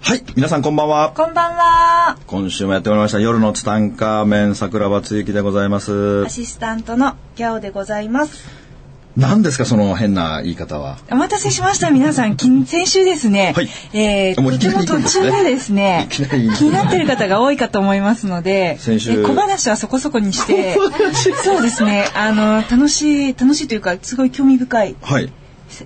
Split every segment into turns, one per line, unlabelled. はい、皆さんこんばんは。
こんばんは。
今週もやってまいりました。夜のツタンカーメン桜庭つゆきでございます
ア。シスタントのギャオでございます。
何ですか、その変な言い方は。
お待たせしました、皆さん。き先週ですね。
はい
えー、
もういき
とて
な
も
り行くん
途
ですね
中がですね、
いき
気
なり
になってる方が多いかと思いますので、
先週
えー小話はそこそこにして、そうですね、あの、楽しい、楽しいというか、すごい興味深い、
はい。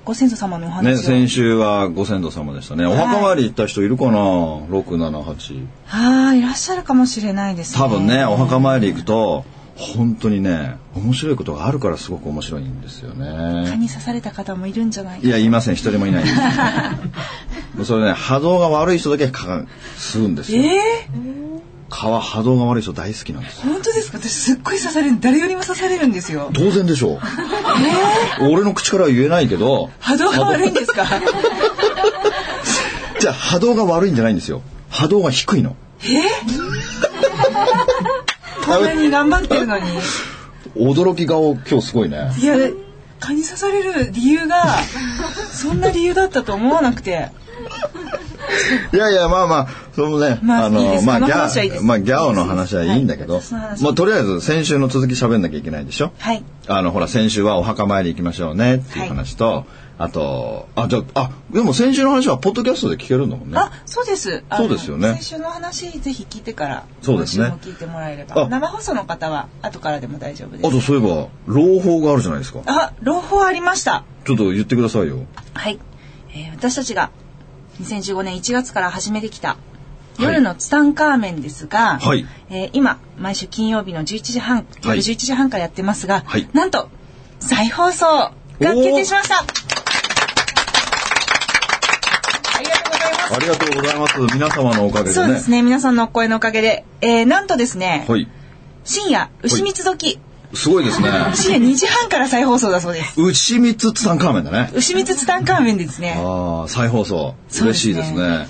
ご先祖様のお
ね、
話を。
先週はご先祖様でしたね。お墓参り行った人いるかな ?6、7、8。
ああ、いらっしゃるかもしれないですね。
多分ね、お墓参り行くと、本当にね、面白いことがあるからすごく面白いんですよ
蚊
ね。
に刺された方もいるんじゃないか
いや、いません。一人もい ないです。それね、波動が悪い人だけ蚊が吸うんです
え
よ。
え
蚊は波動が悪い人大好きなんですよ
ー、本当ですか私すっごい刺される、誰よりも刺されるんですよ。
当然で しょう。俺の口からは言えないけど、
波動が悪いんですか
じゃあ波動が悪いんじゃないんですよ。波動が低いの。
こんなに頑張ってるのに。
驚き顔今日すごいね。
いや、蚊に刺される理由が、そんな理由だったと思わなくて。
いやいや、まあまあ、そのね、
まあいいです
まあ、
こ
ギ
の話はいいで
ャ、
す
まあ、ギャオの話はいいんだけ
は
ど
いその、話
まあ、とりあえず先週の続き喋んなきゃいけないでしょ
はい。
あの、ほら、先週はお墓参り行きましょうねっていう話と、あと、あ、じゃあ、あ、でも先週の話はポッドキャストで聞けるんだもんね。
あ、そうです。あの
そうですよね
先週の話、ぜひ聞いてから、
そうですね
今週も聞いてもらえれ
あ
ば。生放送の方は、後からでも大丈夫
あ
です。
と、そういえば、朗報があるじゃないですか。
あ、朗報ありました。
ちょっと言ってくださいよ。
はい。えー私たちが、2015年1月から始めてきた、夜のツタンカーメンですが、
はい
えー今、毎週金曜日の11時半、夜
はい
11時半からやってますが、
はい
なんと、再放送が決定しましたありがと
あ
うございます。
りがとうございます。皆様のおかげでね。
そうですね、皆さんのお声のおかげで、えーなんとですね、
はい。
深夜、牛蜜時、
すごいですね。
深夜2時半から再放送だそうです。
牛三つツタンカーメンだね。
牛蜜ツタンカーメンですね。
ああ、再放送。
そう
嬉
です
しいです
ね
ね。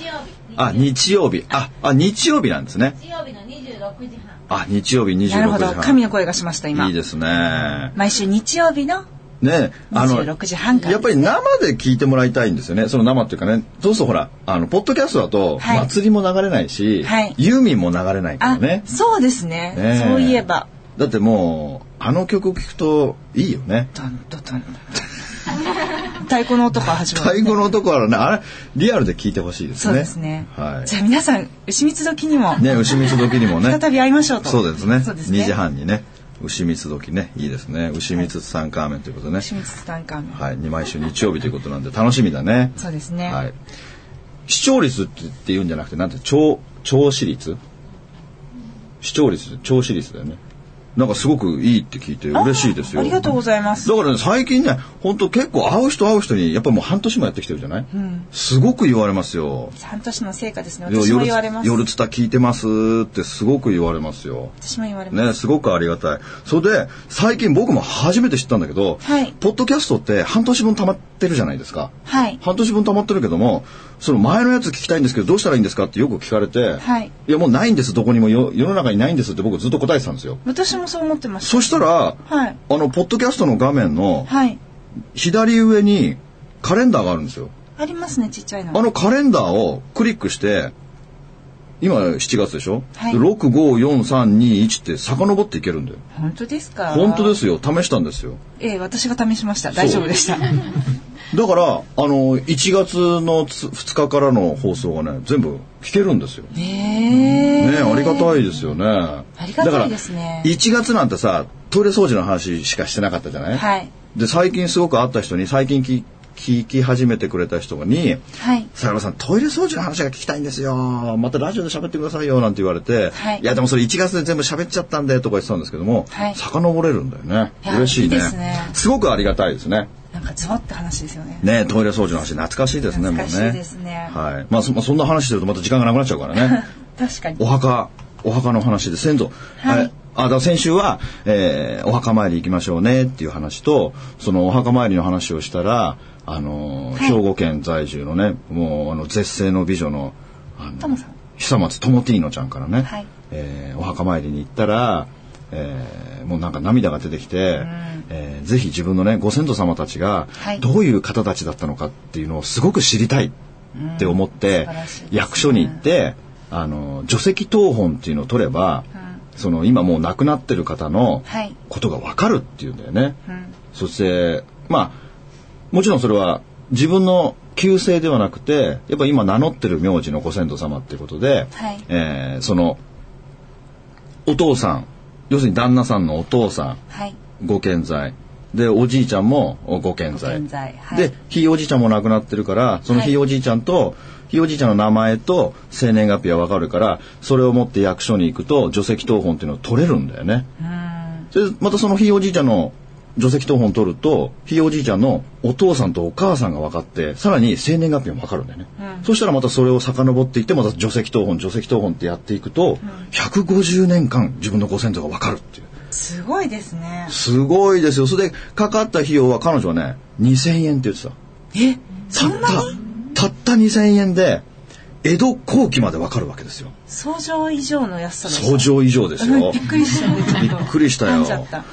あ、日曜日。あ、あ、日曜日なんですね。
日曜日の26時半
あ、日曜日26時
な
半。
るほど、神の声がしました、今。
いいですね。
毎週日曜日の
ね、
26時半から
やっぱり生で聞いてもらいたいんですよね。その生っていうかね、そうするとほら、あの、ポッドキャストだと、
はい
祭りも流れないし、
はい
ユーミンも流れないから
あ、
ね。
そうですね
ね
そういえば。
だってもう、あの曲聞くといいよね。
ドンドドン。太鼓の音から始まる、
最後のところはね、あれ、リアルで聞いてほしいですね。
そうですね。
は
じゃ
い。
あ皆さん牛蜜時にも、
ね、牛蜜時にもね。
再び会いましょうと。
そうですね。
そうです
2
ね。
時半にね、牛蜜時ね、いいですね。牛蜜ツタンカーメンということね。
牛蜜ツタンカーメン
はい、に毎週日曜日ということなんで楽しみだね。
そうですね。
はい。視聴率って言って言うんじゃなくて、なんて聴聴視率？視聴率、聴視率だよね。なんかすごくいいって聞いて嬉しいですよ。
ありがとうございます
だからね、最近ね、本当結構会う人会う人にやっぱもう半年もやってきてるじゃない？すごく言われますよ。
半年の成果ですね。私も言われます。
夜つた聞いてますってすごく言われますよ。
私も言われます。
ね、すごくありがたい。それで、最近僕も初めて知ったんだけど、
はい
ポッドキャストって半年分溜まってるじゃないですか。
はい。
半年分溜まってるけども、その前のやつ聞きたいんですけど、どうしたらいいんですかってよく聞かれて、
はい
や、もうないんです、どこにもよ、世の中にないんですって僕ずっと答えてたんですよ。
私もそう思ってました。
そしたら、
はい
あの、ポッドキャストの画面の
はい。
左上にカレンダーがあるんですよ。
ありますね、ちっちゃいの。
あのカレンダーをクリックして、今7月でしょ、
はい
で ?654321 って遡っていけるんだよ。
本当ですか。
本当ですすよ。試したんですよ。
ええ、私が試しました。大丈夫でした。
だから、あの、1月のつ2日からの放送がね、全部聞けるんですよ。ね
ねえ。
ありがたいですよね。あ
りがたいですね
1月なんてさ、トイレ掃除の話しかしてなかったじゃない、
はい。
で、最近すごく会った人に、最近き聞き始めてくれた人に、
はい。
相良さん、トイレ掃除の話が聞きたいんですよ。またラジオで喋ってくださいよ、なんて言われて、
はい
や、でもそれ1月で全部喋っちゃったんで、とか言ってたんですけども、
はい
遡れるんだよね。
いや
嬉しいね
いいですね
すごくありがたいですね。
なんかズワって話ですよね。
ねトイレ掃除の話懐かしいですね、もうね。
懐かしいですね
はい。まあそ、まあそんな話してるとまた時間がなくなっちゃうからね。
確かに
お。墓、お墓の話で先祖、
はい
あれあ、だから先週は、えーお墓参り行きましょうねっていう話と、そのお墓参りの話をしたら、あのー
はい
兵庫県在住のね、もう、あの、絶世の美女の、あの
トモさん
久松トモティーノちゃんからね、
はい
えーお墓参りに行ったら、えーもうなんか涙が出てきて、えーぜひ自分のねご先祖様たちが
はい
どういう方たちだったのかっていうのをすごく知りたいって思って、
素晴らしいですね
役所に行ってあの除籍謄本っていうのを取れば、その今もう亡くなってる方の
はい
ことが分かるっていうんだよね。
うん
そしてまあもちろんそれは自分の旧姓ではなくてやっぱ今名乗ってる名字のご先祖様っていうことで、
はい
えーそのお父さん要するに旦那さんのお父さん
はい
ご健在でおじいちゃんもおご健在
ご健在はい
でひいおじいちゃんも亡くなってるからそのひいおじいちゃんと、ひいおじいちゃんの名前と生年月日は分かるからそれを持って役所に行くと除籍謄本っていうのを取れるんだよね。でまたそのひいおじいちゃんの除籍謄本取るとひいおじいちゃんのお父さんとお母さんが分かってさらに生年月日も分かるんだよね、そしたらまたそれを遡っていってまた除籍謄本除籍謄本ってやっていくと、150年間自分のご先祖が分かるっていう
すごいですね
すごいですよそれでかかった費用は彼女はね2,000円って言ってた
えそ
た
んなに
ったたった2,000円で江戸後期まで分かるわけですよ
相乗以上の安さです
相乗以上ですよ
びっくりしたねちょっと
びっくりしたよ
噛んじゃった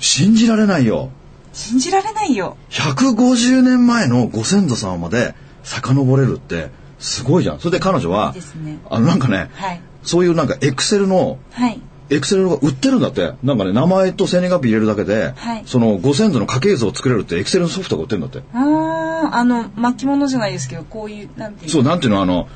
信じられないよ
信じられないよ
150年前のご先祖様まで遡れるってすごいじゃん。それで彼女はい
いですね
あのなんかね、
はい
そういうなんかエクセルの
はい
エクセルが売ってるんだってなんかね名前と生年月日入れるだけで、
はい
そのご先祖の家系図を作れるってエクセルのソフトが売ってるんだって、
あーあの巻物じゃないですけどこういうなんていう
そう
の
なんていうのあの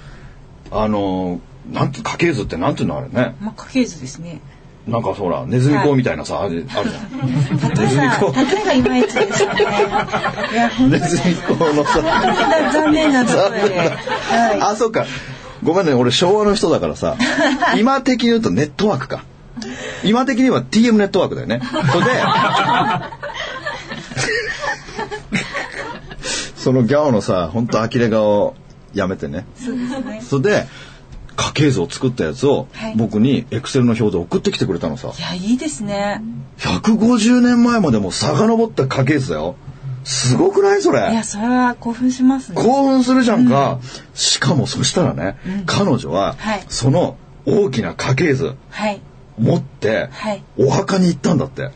あのなんて家系図ってなんていうのあれね
まあ家系図ですね
なんかほらネズミ講みたいなさ、あれあるじゃん
例えが例えがいまいちでしたねいや本
ネズミ講のさ
当にだ残念なところでは
あ、そうか。ごめんね、俺昭和の人だから さ、今的に言うとネットワークか。今的には TM ネットワークだよね。それで、そのギャオのさ、ほんと呆れ顔やめてね。
いそうですね
それで、家系図を作ったやつを
はい
僕にエクセルの表で送ってきてくれたのさ
い。やいいですね
150年前までも遡った家系図だよ。すごくないそれ。
いやそれは興奮しますね
興奮するじゃんか、しかもそしたらね、彼女は
はい
その大きな家系図
はい
持って
はい
お墓に行ったんだって、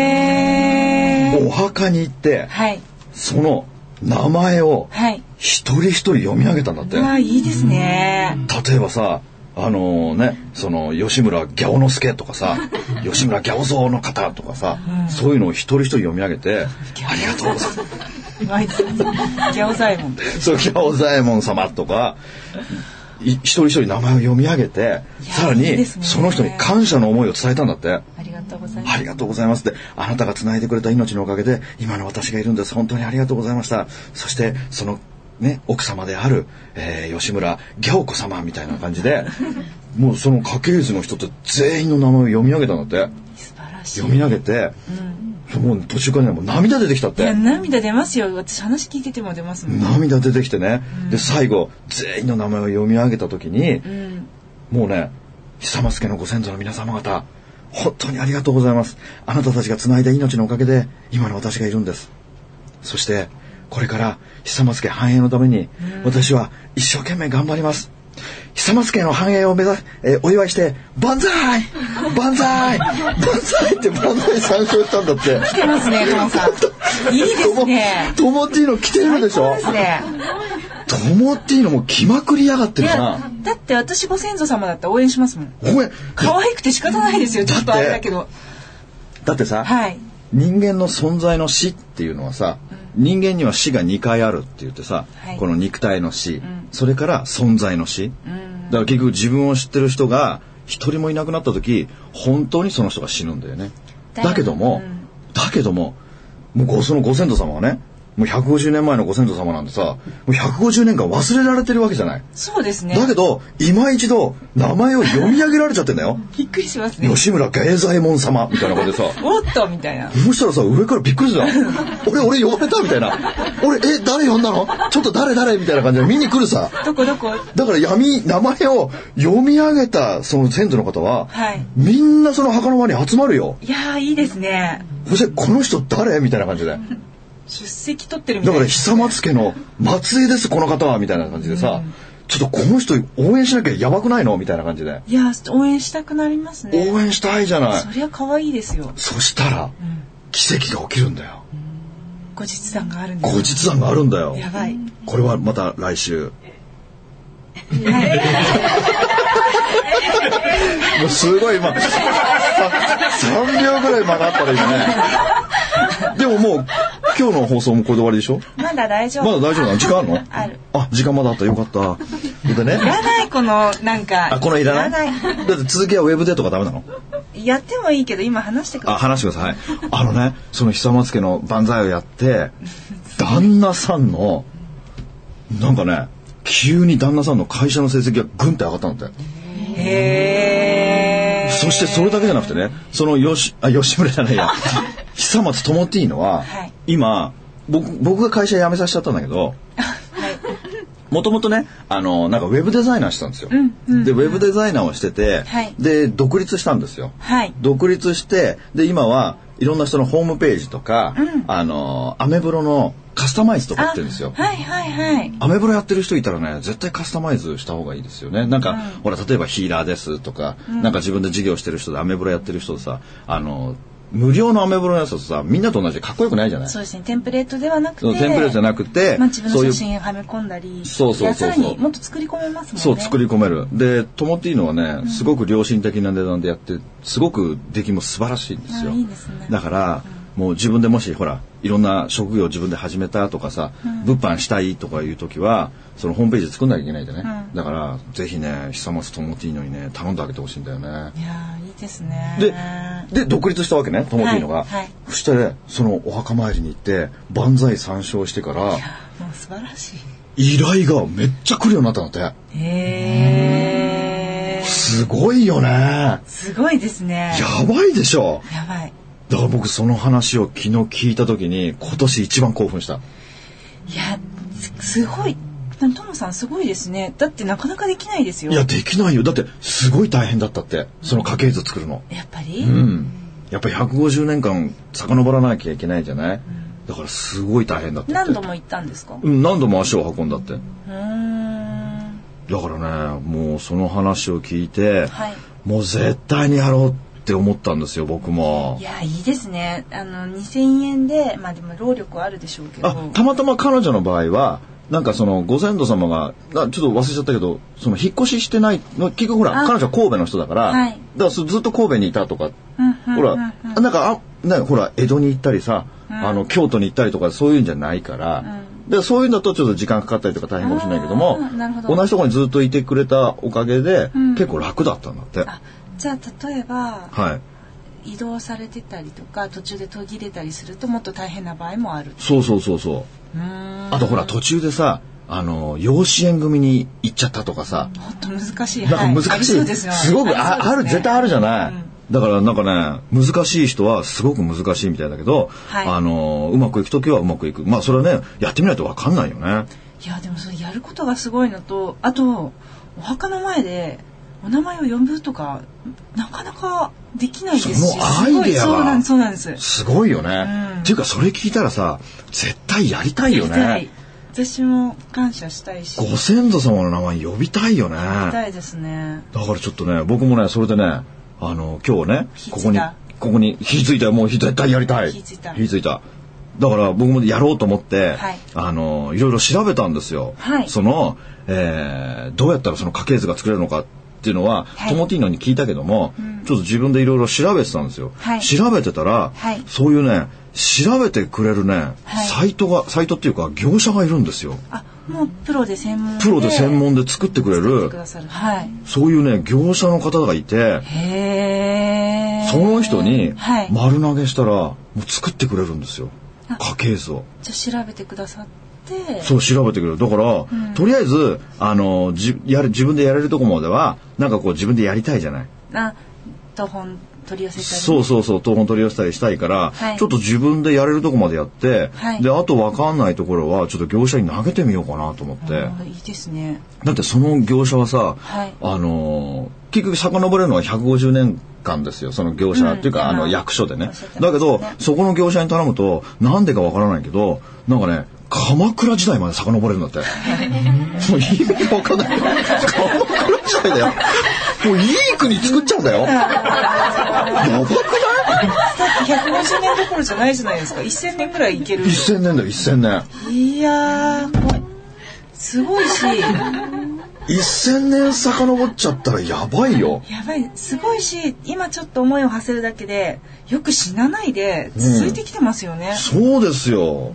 へえ
お墓に行って
はい
その名前を
はい
一人一人読み上げたんだって、
うわいいですね
例えばさあのねその吉村ギャオ之助とか さ吉村ギャオ像の方とかさ、そういうのを一人一人読み上げ てありがとうございます
あいつギャオザイモン
そう、ギャオザエモン様とか、い一人一人名前を読み上げて、さら
いい
に
ですね
その人に感謝の思いを伝えたんだって。
ありがとうございま
ありがとうございますって、あなたが繋いでくれた命のおかげで、今の私がいるんです。本当にありがとうございました。そして、その、ね、奥様である、えー吉村ギャオ子様みたいな感じ で、もうその家系図の人って全員の名前を読み上げたんだって。
す素晴らしい
読み上げて、もう途中からね、もう涙出てきたっ
い
て
や。涙出ますよ私話聞いてても出ますもん
涙出てきてね、で最後全員の名前を読み上げた時に、
うん
もうね久松家のご先祖の皆様方本当にありがとうございますあなたたちがつないだ命のおかげで今の私がいるんですそしてこれから久松家繁栄のために私は一生懸命頑張ります、久松家の繁栄を目指す、えーお祝いして万 歳万歳万歳って万歳参照したんだって
来てますねトモさ んいいです ね
トモティーノ来てるでし
そう
ょ
ですね
トモティーノも来まくりやがって
い
る
や
な。
だって私ご先祖様だったら応援しますもん
ごめん。
可愛くて仕方ないですよちょっと
だっ
あ
て
れだけど
だってさ、
はい
人間の存在の死っていうのはさ、人間には死が2回あるって言ってさ、
はい
この肉体の死、
ん
それから存在の死。だから結局自分を知ってる人が一人もいなくなった時、本当にその人が死ぬんだよね。
だよ
だけども、
うん
だけども、もうごそのご先祖様はね、もう150年前のご先祖様なんてさ、もう150年間忘れられてるわけじゃない。
そうですね
だけど、今一度、名前を読み上げられちゃってんだよ。
びっくりしますね
吉村芸左衛門様みたいなことでさ。
おっとみたいな
そしたらさ、上からびっくりした。俺、俺呼ばれたみたいな。俺、え、誰呼んだのちょっと誰誰みたいな感じで見に来るさ。
どこどこ
だから闇、名前を読み上げたその先祖の方は、
はい
みんなその墓の前に集まるよ。
いやーいいですね
そして、この人誰みたいな感じで。
出席取ってるみた
だ
い
か
な
ら、久松家の末裔です、この方は、みたいな感じでさ、ちょっとこの人応援しなきゃやばくないのみたいな感じで。
いやー応援したくなりますね
応援したいじゃない
そ。りゃ可愛いですよ
そしたら、奇跡が起きるんだよ。
後日談があるんで
後日談があるんだよ。
やばい
これはまた来 週。もうすごい今、さ3秒ぐらい間があったら今ね。でももう、今日の放送もこれで終わりでしょ
まだ大丈
まだ
夫
大丈夫なの時間あるの
ある
あ、時間まだあった。よかった。でね。
い らないこのなんか
あ、このいらない
いら
だって続きはウェブでとかダメなの
ないやってもいいけど今話してく
あ、
ださ
話してください。はいあのね、その久松家の万歳をやって、旦那さんの、なんかね、急に旦那さんの会社の成績がぐんって上がったんだって。
いへえ
そしてそれだけじゃなくてね、その吉、あ、吉村じゃないや、久松智っていいのは、
はい
今、僕、僕が会社辞めさせちゃったんだけど、もともとね、あの、なんかウェブデザイナーしてたんですよ。
ん
で、ウェブデザイナーをしてて、
はい
で、独立したんですよ。
はい
独立して、で、今はいろんな人のホームページとか、あの、アメブロのカスタマイズとかやってるんですよ。
はいはいはい
アメブロやってる人いたらね、絶対カスタマイズした方がいいですよね。なんか、ほら、例えばヒーラーですとか、なんか自分で事業してる人でアメブロやってる人でさ、あの、無料のアメブロのやつだとさ、みんなと同じでかっこよくないじゃない
そうですねテンプレートではなく
その
て
テンプレじゃなくて、
まあ、自分
そうい
の
う
写真はめ込んだり
そうそうそうそう
いやさらにもっと作り込めますもんね
そう、作り込める。で、トモティーノはね、すごく良心的な値段でやって、すごく出来も素晴らしいんですよ。
あいいですね
だから、もう自分でもし、ほら、いろんな職業を自分で始めたとかさ、物販したいとかいう時は、そのホームページ作んなきゃいけないんだね。だから、ぜひね、久松トモティーノにね、頼んであげてほしいんだよね。
いやーいいですね
で、で、独立したわけね、トモティーノが。
はいはい
そして、ね、そのお墓参りに行って、万歳参照してから、
もう素晴らしい
依頼がめっちゃ来るようになったんだって。
へえ
すごいよね。
すごいですね
やばいでしょ
やばい
だから僕その話を昨日聞いた時に今年一番興奮した
いやすすごいでもトモさんすごいですねだってなかなかできないですよ
いやできないよだってすごい大変だったってその家系図作るの
やっぱり、
うんやっぱ150年間遡らなきゃいけないじゃないだからすごい大変だったって
何度も行ったんですかう
うん何度も足を運んだって
ーん
だからねもうその話を聞いて、
はい
もう絶対にやろうって思ったんですよ僕も
いやいいですねあの2000円でまあでも労力はあるでしょうけど
あたまたま彼女の場合はなんかそのご先祖様がなちょっと忘れちゃったけどその引っ越ししてないの結局ほら
あ
彼女は神戸の人だから、
はい
だからそずっと神戸にいたとか、
うんうん
ほ
う
ら
ん
なんかあなんかほら江戸に行ったりさ、あの京都に行ったりとかそういうんじゃないから、でそういうんだとちょっと時間かかったりとか大変かもしれないけども
あーなるほど
同じところにずっといてくれたおかげで、結構楽だったんだって。
あじゃあ例えば
はい
移動されてたりとか途中で途切れたりするともっと大変な場合もある
そうそうそうそう。
うーん
あとほら途中でさあの養子縁組に行っちゃったとかさ、
もっと難しい
なんか
はあ
難
り
しい、
そうですよ
ごくああ,、
りそう
る
ですね
絶対あるじゃない、
うん
だからなんかね難しい人はすごく難しいみたいだけど、
はい
あのうまくいく時はうまくいくまあそれはねやってみないと分かんないよね
いやでもそれやることがすごいのとあとお墓の前でお名前を呼ぶとかなかなかできないですし
そのアイデアが
すごいそうなんそうなんです
すごいよね、
うん
っていうかそれ聞いたらさ絶対やりたいよ
やりたい
ね
私も感謝したいし
ご先祖様の名前呼びたいよね
やりたいですね
だからちょっとね僕もねそれでねあの今日ね
火ついた
ここにここに火ついたよもう火絶対やりたい
火ついた
だから僕もやろうと思って、
はい
あのいろいろ調べたんですよ、
はい
その、えーどうやったらその家系図が作れるのかっていうのは、
はい
トモティーノに聞いたけども、ちょっと自分でいろいろ調べてたんですよ、
はい
調べてたら、
はい
そういうね調べてくれるね、
はい
サイトがサイトっていうか業者がいるんですよ
あもうプロで専門
プロで専門で作ってくれ
作って
る
くださるはい
そういうね業者の方がいて
へえ
その人に
はい、
丸投げしたらもう作ってくれるんですよ。家系図を。
じゃあ調べてくださって
そう調べてくれるだから、とりあえずあのじやる自分でやれるとこまではなんかこう自分でやりたいじゃない
なと本取り寄せたり
そうそうそう東本取り寄せたりしたいから、
はい
ちょっと自分でやれるとこまでやって、
はい
であと分かんないところはちょっと業者に投げてみようかなと思って、
あーいいですね
だってその業者はさ、
はい
あのー結局遡れるのは150年間ですよその業者、
うん
っていうかあの
今
役所でね
おっしゃってますね
だけどそこの業者に頼むとなんでかわからないけどなんかね鎌倉時代まで遡れるんだ って。もう意味わかんない。鎌倉時代だよ。もういい国作っちゃうんだよ。やばくない
150年どころじゃないじゃないですか1000年ぐらいいける
?1000 年だよ、1000年。
いやー怖いすごいし
1000年遡っちゃったらやばいよ。
やばいすごいし今ちょっと思いを馳せるだけでよく死なないで続いてきてますよね、
そうですよ。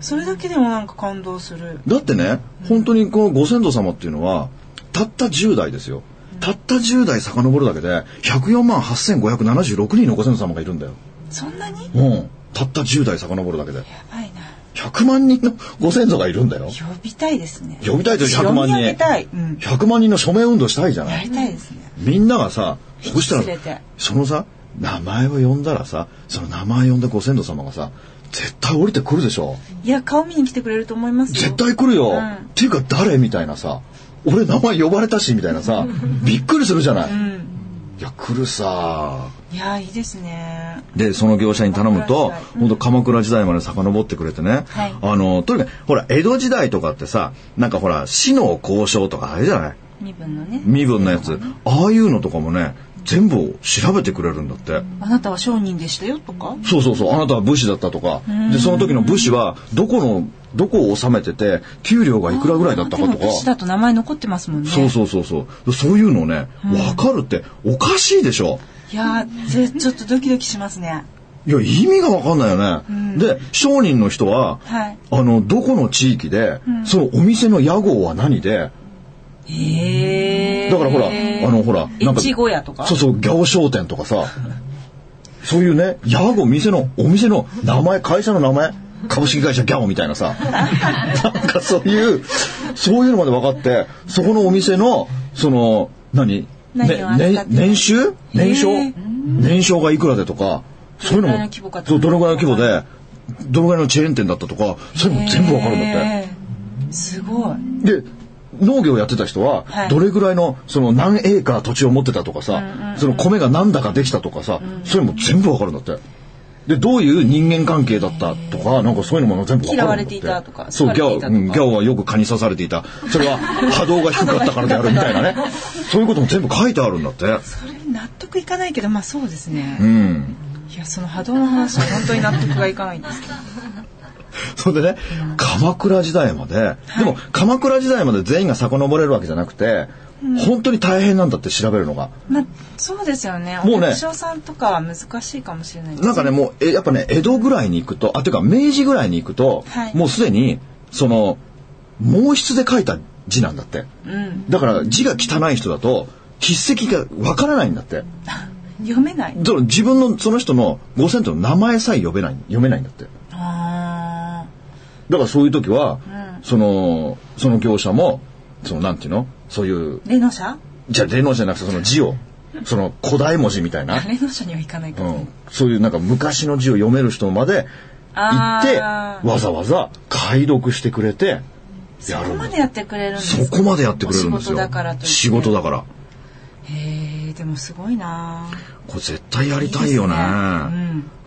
それだけでもなんか感動する
だってね本当にこのご先祖様っていうのはたった10代ですよたった10代遡るだけで104万8576人のご先祖様がいるんだよ、
そんなにや
うん、たった10代遡るだけで
ばいな
100万人のご先祖がいるんだよ
呼びたいですね
呼びたいですよ100万人
呼び上げたい、うん、
100万人の署名運動したいじゃな
や
い
りたいですね
みんながさそした
連れて
らそのさ名前を呼んだらさその名前呼んだご先祖様がさ絶対降りてくるでしょ
いや顔見に来てくれると思いますよ
絶対来るよ、
うん
っていうか誰みたいなさ俺名前呼ばれたしみたいな さびっくりするじゃない、
う
い
ん
や来るさ
いやいいですね
でその業者に頼むと
鎌倉時代う
本当鎌倉時代
ん
まで遡ってくれてね、
はい
あのとにかくほら江戸時代とかってさなんかほら死の交渉とかあれじゃない
身分のね
身分のやつああいうのとかもね全部調べてくれるんだって。
あなたは商人でしたよとか
そうそうそうあなたは武士だったとかでその時の武士はどこのどこを治めてて給料がいくらぐらいだったか
あ
と
で
か
も私だと名前残ってますもんね
そうそうそうそう。そういうのね、わかるっておかしいでしょ。
いやーぜちょっとドキドキしますね
いや、意味がわかんないよね。
ん
で、商人の人は、
はい
あの、どこの地域で、そのお店の屋号は何で、
へえ
だからほら、あの、ほら、なんか、
越後屋とか
そうそう、行商店とかさ、そういうね、屋号、店の、お店の名前、会社の名前、株式会社ギャオみたいな さ、なんかそういう、そういうのまで分かって、そこのお店の、その、何
何を扱ってる
年収年商
へえ
年商がいくらでとか、そういうの
どれぐらいの
も
規模か、と
そうどのぐらいの規模で、どのぐらいのチェーン店だったとか、そういうのも全部分かるんだって。
へーすごい
で農業やってた人は
はい
どれぐらいのその何エーカー土地を持ってたとかさ、その米が何だかできたとかさ、それも全部わかるんだって。でどういう人間関係だったとかなんかそういうのも全部わかるんだって
嫌われていたとか
そう
好
ギ
か
ャオ
れていたとか
うんギャオはよく蚊に刺されていたそれ は波動が低かったからであるみたいなねそういうことも全部書いてあるんだって
それ納得いかないけどまあそうですね、
うん
いやその波動の話は本当に納得がいかないんですけど
それでね、鎌倉時代まで、でも鎌倉時代まで全員が遡れるわけじゃなくて、本当に大変なんだって調べるのが。
まあそうですよね
もうね
お嬢さんとかは難しいかもしれないです
なんかね、もう、え、やっぱね、江戸ぐらいに行くと、あ、というか、明治ぐらいに行くと、
はい
もうすでに、その、毛筆で書いた字なんだって。
うん
だから、字が汚い人だと、筆跡がわからないんだって。
読めない
その自分の、その人の、ご先祖の名前さえ呼べない、読めないんだって。
あ
だから、そういう時は、
うん
その、その業者も、その、なんていうのそういう、
ー霊能者
じゃあ、霊能者じゃなくて、その字を、その、古代文字みたいな、
霊能者にはいかないか
う
ら、
ん、そういうなんか昔の字を読める人まで行って
あー
わざわざ解読してくれて
そ
や
こ
るん
ま
だ
でやってくれるんです
そこまでやってくれるんですよ
お仕事だからといって
仕事だから
へえでもすごいなぁ
これ絶対やりたいよね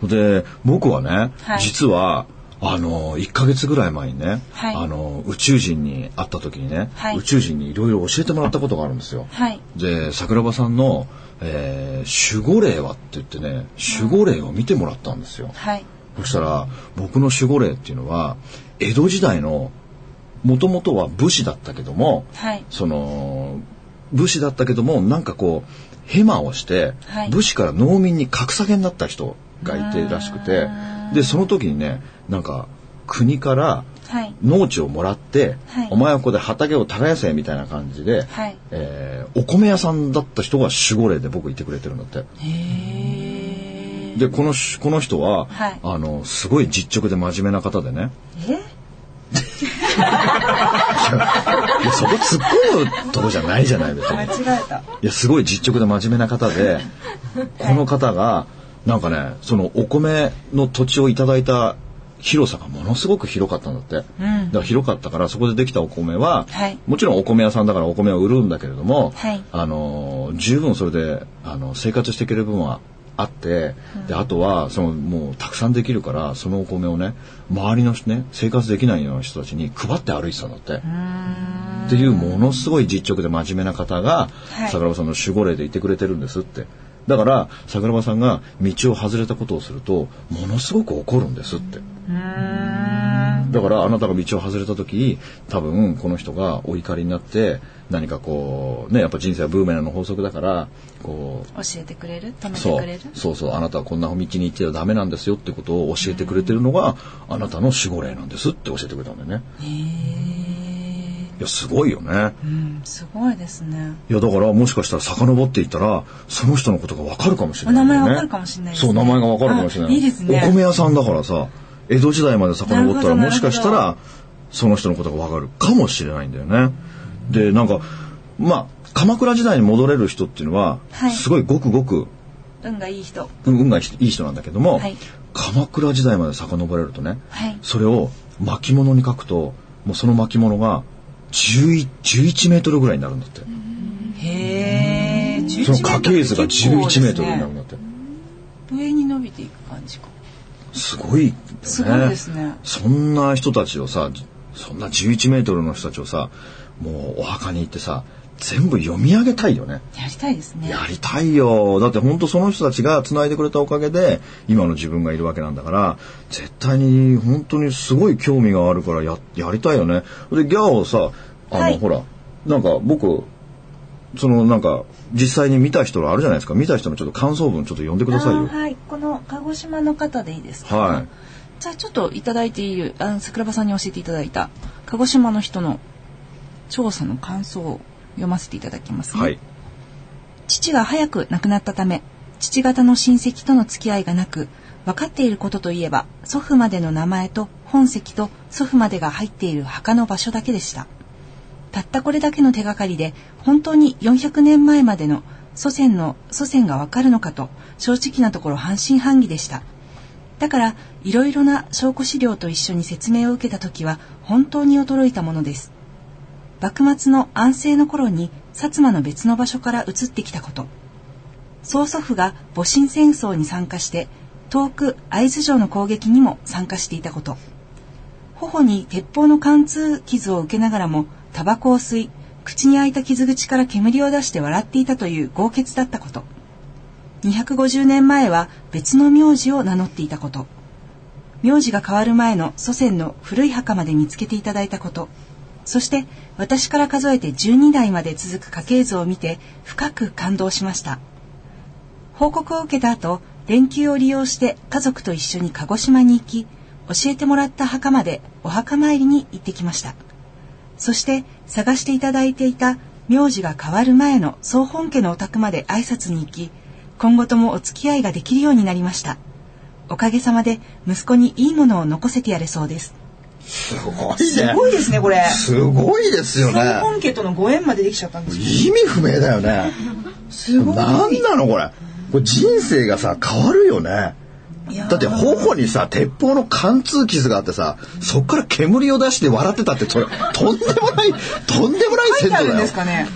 い
で,、僕はね、
はい
実はあの1ヶ月ぐらい前にね、
はい
あの宇宙人に会った時にね、
はい
宇宙人にいろいろ教えてもらったことがあるんですよ、
はい
で桜庭さんの、えー守護霊は」って言ってね守護霊を見てもらったんですよ、
はい
そしたら僕の守護霊っていうのは江戸時代のもともとは武士だったけども
はい
その武士だったけどもなんかこうヘマをして、
はい
武士から農民に格下げになった人がいてらしくてでその時にねなんか国から
はい
農地をもらって、
はい
お前はここで畑を耕せみたいな感じで、
はい
えーお米屋さんだった人が守護霊で僕いてくれてるんだって。
へええ
でこのしこの人は、
はい
あのすごい実直で真面目な方でね
え
いやそこ突っ込むとこじゃないじゃないですか
間違えた。
いやすごい実直で真面目な方 でこの方がなんかねそのお米の土地をいただいた広さがものすごく広かったんだって、
ん
だから広かったからそこでできたお米は、
はい
もちろんお米屋さんだからお米を売るんだけれども、
はい
あのー十分それであの生活していける分はあって、であとはそのもうたくさんできるからそのお米をね周りの人ね生活できないような人たちに配って歩いてたんだって。っていうものすごい実直で真面目な方が、
はい
桜庭さんの守護霊でいてくれてるんですってだから桜庭さんが道を外れたことをするとものすごく怒るんですってだからあなたが道を外れた時多分この人がお怒りになって何かこうねやっぱ人生はブーメランの法則だからこう
教えてくれる止めて
そ
くれ
う
る
そうそうあなたはこんな道に行ってはダメなんですよってことを教えてくれてるのがあなたの守護霊なんですって教えてくれたんだよね
へ
いやすごいよね
えうん、すごいですね。
いやだからもしかしたら遡っていったらその人のことがわかるかもしれない、ね、
お名前わかるかもしれないですね
そう名前がわかるかもしれない
あいいですね
お米屋さんだからさ江戸時代まで遡ったら
なるほどなるほど
もしかしたらその人のことがわかるかもしれないんだよねでなんかまあ鎌倉時代に戻れる人っていうのは、
はい
すごいごくごく
運がいい人。
うん運がいい人なんだけども、
はい
鎌倉時代まで遡れるとね、
はい
それを巻物に書くともうその巻物が 11, 11メートルぐらいになるんだって、
へえ。11
その家系図が11メートルにな
結構
るん
で
だって
すね上に伸びていく感じか。
すごいよね
すごいですね
そんな人たちをさそんな11メートルの人たちをさもうお墓に行ってさ全部読み上げたいよね
やりたいですね。
やりたいよ。だって本当その人たちが繋いでくれたおかげで、今の自分がいるわけなんだから、絶対に本当にすごい興味があるからや、やりたいよね。で、ギャオをさ、あの、
はい
ほら、なんか僕、そのなんか、実際に見た人のあるじゃないですか。見た人のちょっと感想文ちょっと読んでください
あ
よ。
ーはい、この鹿児島の方でいいですか。
はい
じゃあちょっといただいている、あの桜庭さんに教えていただいた鹿児島の人の調査の感想を読ませていただきますね。
はい。
父が早く亡くなったため、父方の親戚との付き合いがなく、分かっていることといえば、祖父までの名前と本籍と祖父までが入っている墓の場所だけでした。たったこれだけの手がかりで、本当に400年前までの祖先の祖先がわかるのかと、正直なところ半信半疑でした。だから、いろいろな証拠資料と一緒に説明を受けたときは、本当に驚いたものです。幕末の安政の頃に薩摩の別の場所から移ってきたこと曽祖父が戊辰戦争に参加して遠く会津城の攻撃にも参加していたこと頬に鉄砲の貫通傷を受けながらもタバコを吸い口に開いた傷口から煙を出して笑っていたという豪傑だったこと250年前は別の名字を名乗っていたこと名字が変わる前の祖先の古い墓まで見つけていただいたことそして私から数えて12代まで続く家系図を見て深く感動しました報告を受けた後連休を利用して家族と一緒に鹿児島に行き教えてもらった墓までお墓参りに行ってきましたそして探していただいていた名字が変わる前の総本家のお宅まで挨拶に行き今後ともお付き合いができるようになりましたおかげさまで息子にいいものを残せてやれそうです
すごいね。
すごいですねこれ
すごいですよ
総
ね。
本家とのご縁までできちゃったんですよ
意味不明だよね。
すごい
なんなのこれ。これ人生がさ、変わるよね。
いやー
だって頬にさ鉄砲の貫通傷があってさそっから煙を出して笑ってたってそれとんでもないとんでもない
書
セ
いてあ
だ
るん
よ。
ですかね。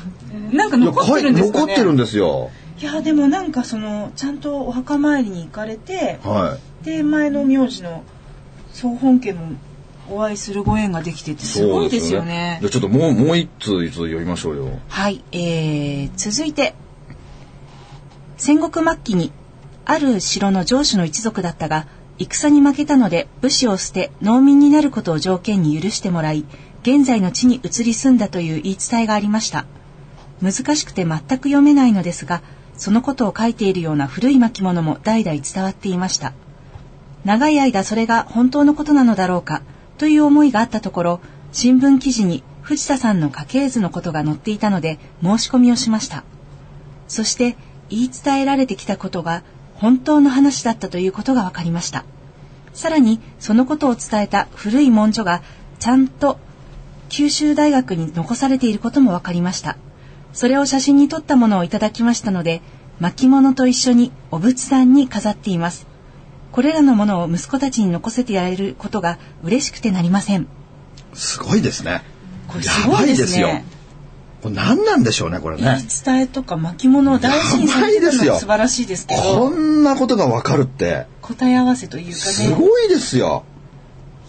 なんか
いや
残っ
こ
て
い
るんですか
残っ
ね。
てるんですよ。
いやでもなんかそのちゃんとお墓参りに行かれて、
は
で前の名字の総本家もお会いするご縁ができてて
い。
すごいですよね。
そうですよじゃあちょっともうもう一通一通読みましょうよ。
はい、えー、続いて戦国末期にある城の城主の一族だったが戦に負けたので武士を捨て農民になることを条件に許してもらい現在の地に移り住んだという言い伝えがありました難しくて全く読めないのですがそのことを書いているような古い巻物も代々伝わっていました長い間それが本当のことなのだろうかという思いがあったところ新聞記事に藤田さんの家系図のことが載っていたので申し込みをしましたそして言い伝えられてきたことが本当の話だったということが分かりました。さらに、そのことを伝えた古い文書が、ちゃんと九州大学に残されていることも分かりました。それを写真に撮ったものをいただきましたので、巻物と一緒にお仏壇に飾っています。これらのものを息子たちに残せてやれることが嬉しくてなりません。
すごいですね。
これすごいです
や
ね。
ばいですよ。これ何なんでしょうね、これね。
言い伝えとか巻物を大事にされてるのが素晴らしいですけ
こ
ど、
んなことがわかるって、
答え合わせというかね。
すごいですよ。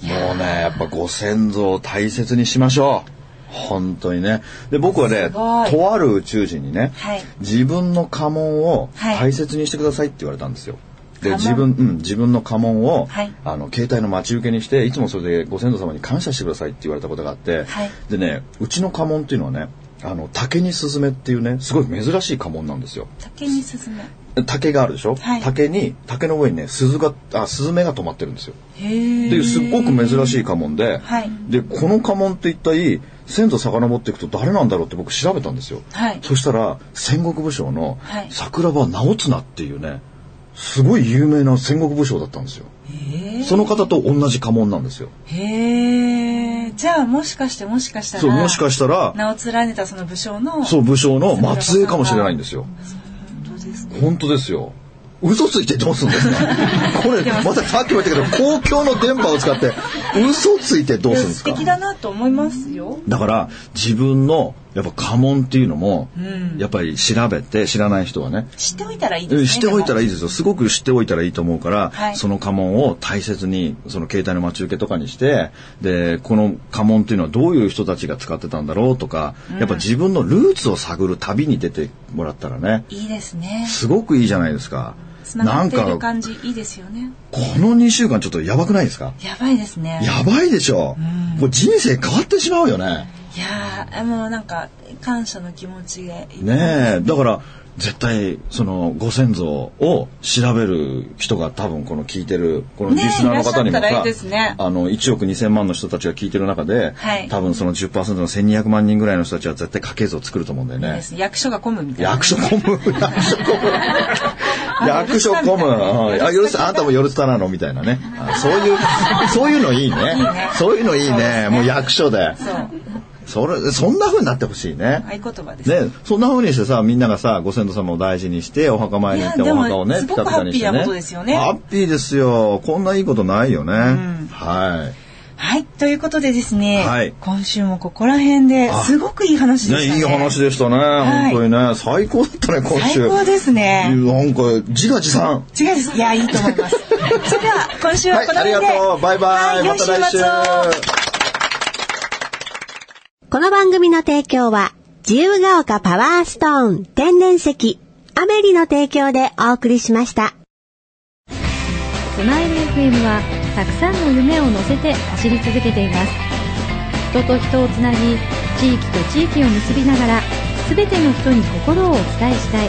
もうね、やっぱご先祖を大切にしましょう。本当にね。で、僕はね、
すごい
とある宇宙人にね、
はい
自分の家紋を
はい
大切にしてくださいって言われたんですよ。
家
で、
紋
自分、うん、自分の家紋を、
はい
あの、携帯の待ち受けにして、いつもそれでご先祖様に感謝してくださいって言われたことがあって、
はい
でね、うちの家紋っていうのはね、あの、竹にスズメっていうね、すごい珍しい家紋なんですよ。
竹に進め。
竹があるでしょ、
はい
竹に竹の上にね鈴があスズメが止まってるんですよ。
へー
っていうすっごく珍しい家紋で、
はい
でこの家紋って一体先祖遡っていくと誰なんだろうって僕調べたんですよ。
はい
そしたら戦国武将の
はい
桜庭直綱っていうねすごい有名な戦国武将だったんですよ。その方と同じ家紋なんですよ。
へえ。じゃあもしかしてもしかしたら。
そうもしかしたら
名を連ねたその武将の。。
そうう武将の末裔かもしれないんですよ。本当ですよ。嘘ついてどうすんです かこれ、またさっきも言ったけど、公共の電波を使って、嘘ついてどうするんです
素
か
敵だなと思いますよ。
だから、自分の、やっぱ家紋っていうのも、やっぱり調べて、知らない人はね、
知っておいたらいいです
え
ね。
しておいたら
いい。
いいですよ。すごく知っておいたらいいと思うから、
はい
その家紋を大切に、その携帯の待ち受けとかにして、で、この家紋っていうのはどういう人たちが使ってたんだろうとか、やっぱ自分のルーツを探る旅に出てもらったらね、
いいですね。
すごくいいじゃないですか。
つながってい
な
る
んか、
感じいいですよね。
この2週間ちょっとやばくないですか
やばいですね。
やばいでしょ。これ人生変わってしまうよね。
いやーもうなんか感謝の気持ちでいっぱい
ねえ。だから、絶対、その、ご先祖を調べる人が多分この聞いてる、このリ
ねえ
スナーの方にも
いらっしゃったらい
さ
いですね
あの、1億2000万の人たちが聞いてる中で、
はい
多分その10%の1200万人ぐらいの人たちは絶対家系図を作ると思うんだよね。
ですね役所が混むみたいな
役所混 む役所混む役所混むうんあよろしあんたもよろしなのみたいなねあそういうそういうのいいねそういうのいいねもう役所で
そう
それそんな風になってほしいね
合言葉ですね
ね、そんな風にしてさみんながさご先祖様を大事にしてお墓参りに行って
いや
お墓をね
でも
ピカピカにして
すご
ね
くハッピーなことですよね
ハッピーですよこんないいことないよね、は
はいということでですね、
はい
今週もここら辺で
あ
すごくいい話
い、
で
ね
したね
いい話でしたね、
はい
本当にね最高だったね今週
最高ですね
なんか自画自賛
違うですいやいいと思 いますそれでは今週は
はい
この
あり
辺で、
がとう。バイバ
は
イ。
い良
ま
い
た
週
来週
末。を
この番組の提供は、自由が丘パワーストーン天然石、アメリの提供でお送りしました。
スマイル FM はたくさんの夢を乗せて走り続けています人と人をつなぎ地域と地域を結びながら全ての人に心をお伝えしたい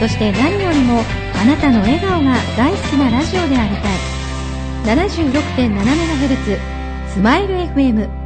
そして何よりもあなたの笑顔が大好きなラジオでありたい 76.7MHz スマイル FM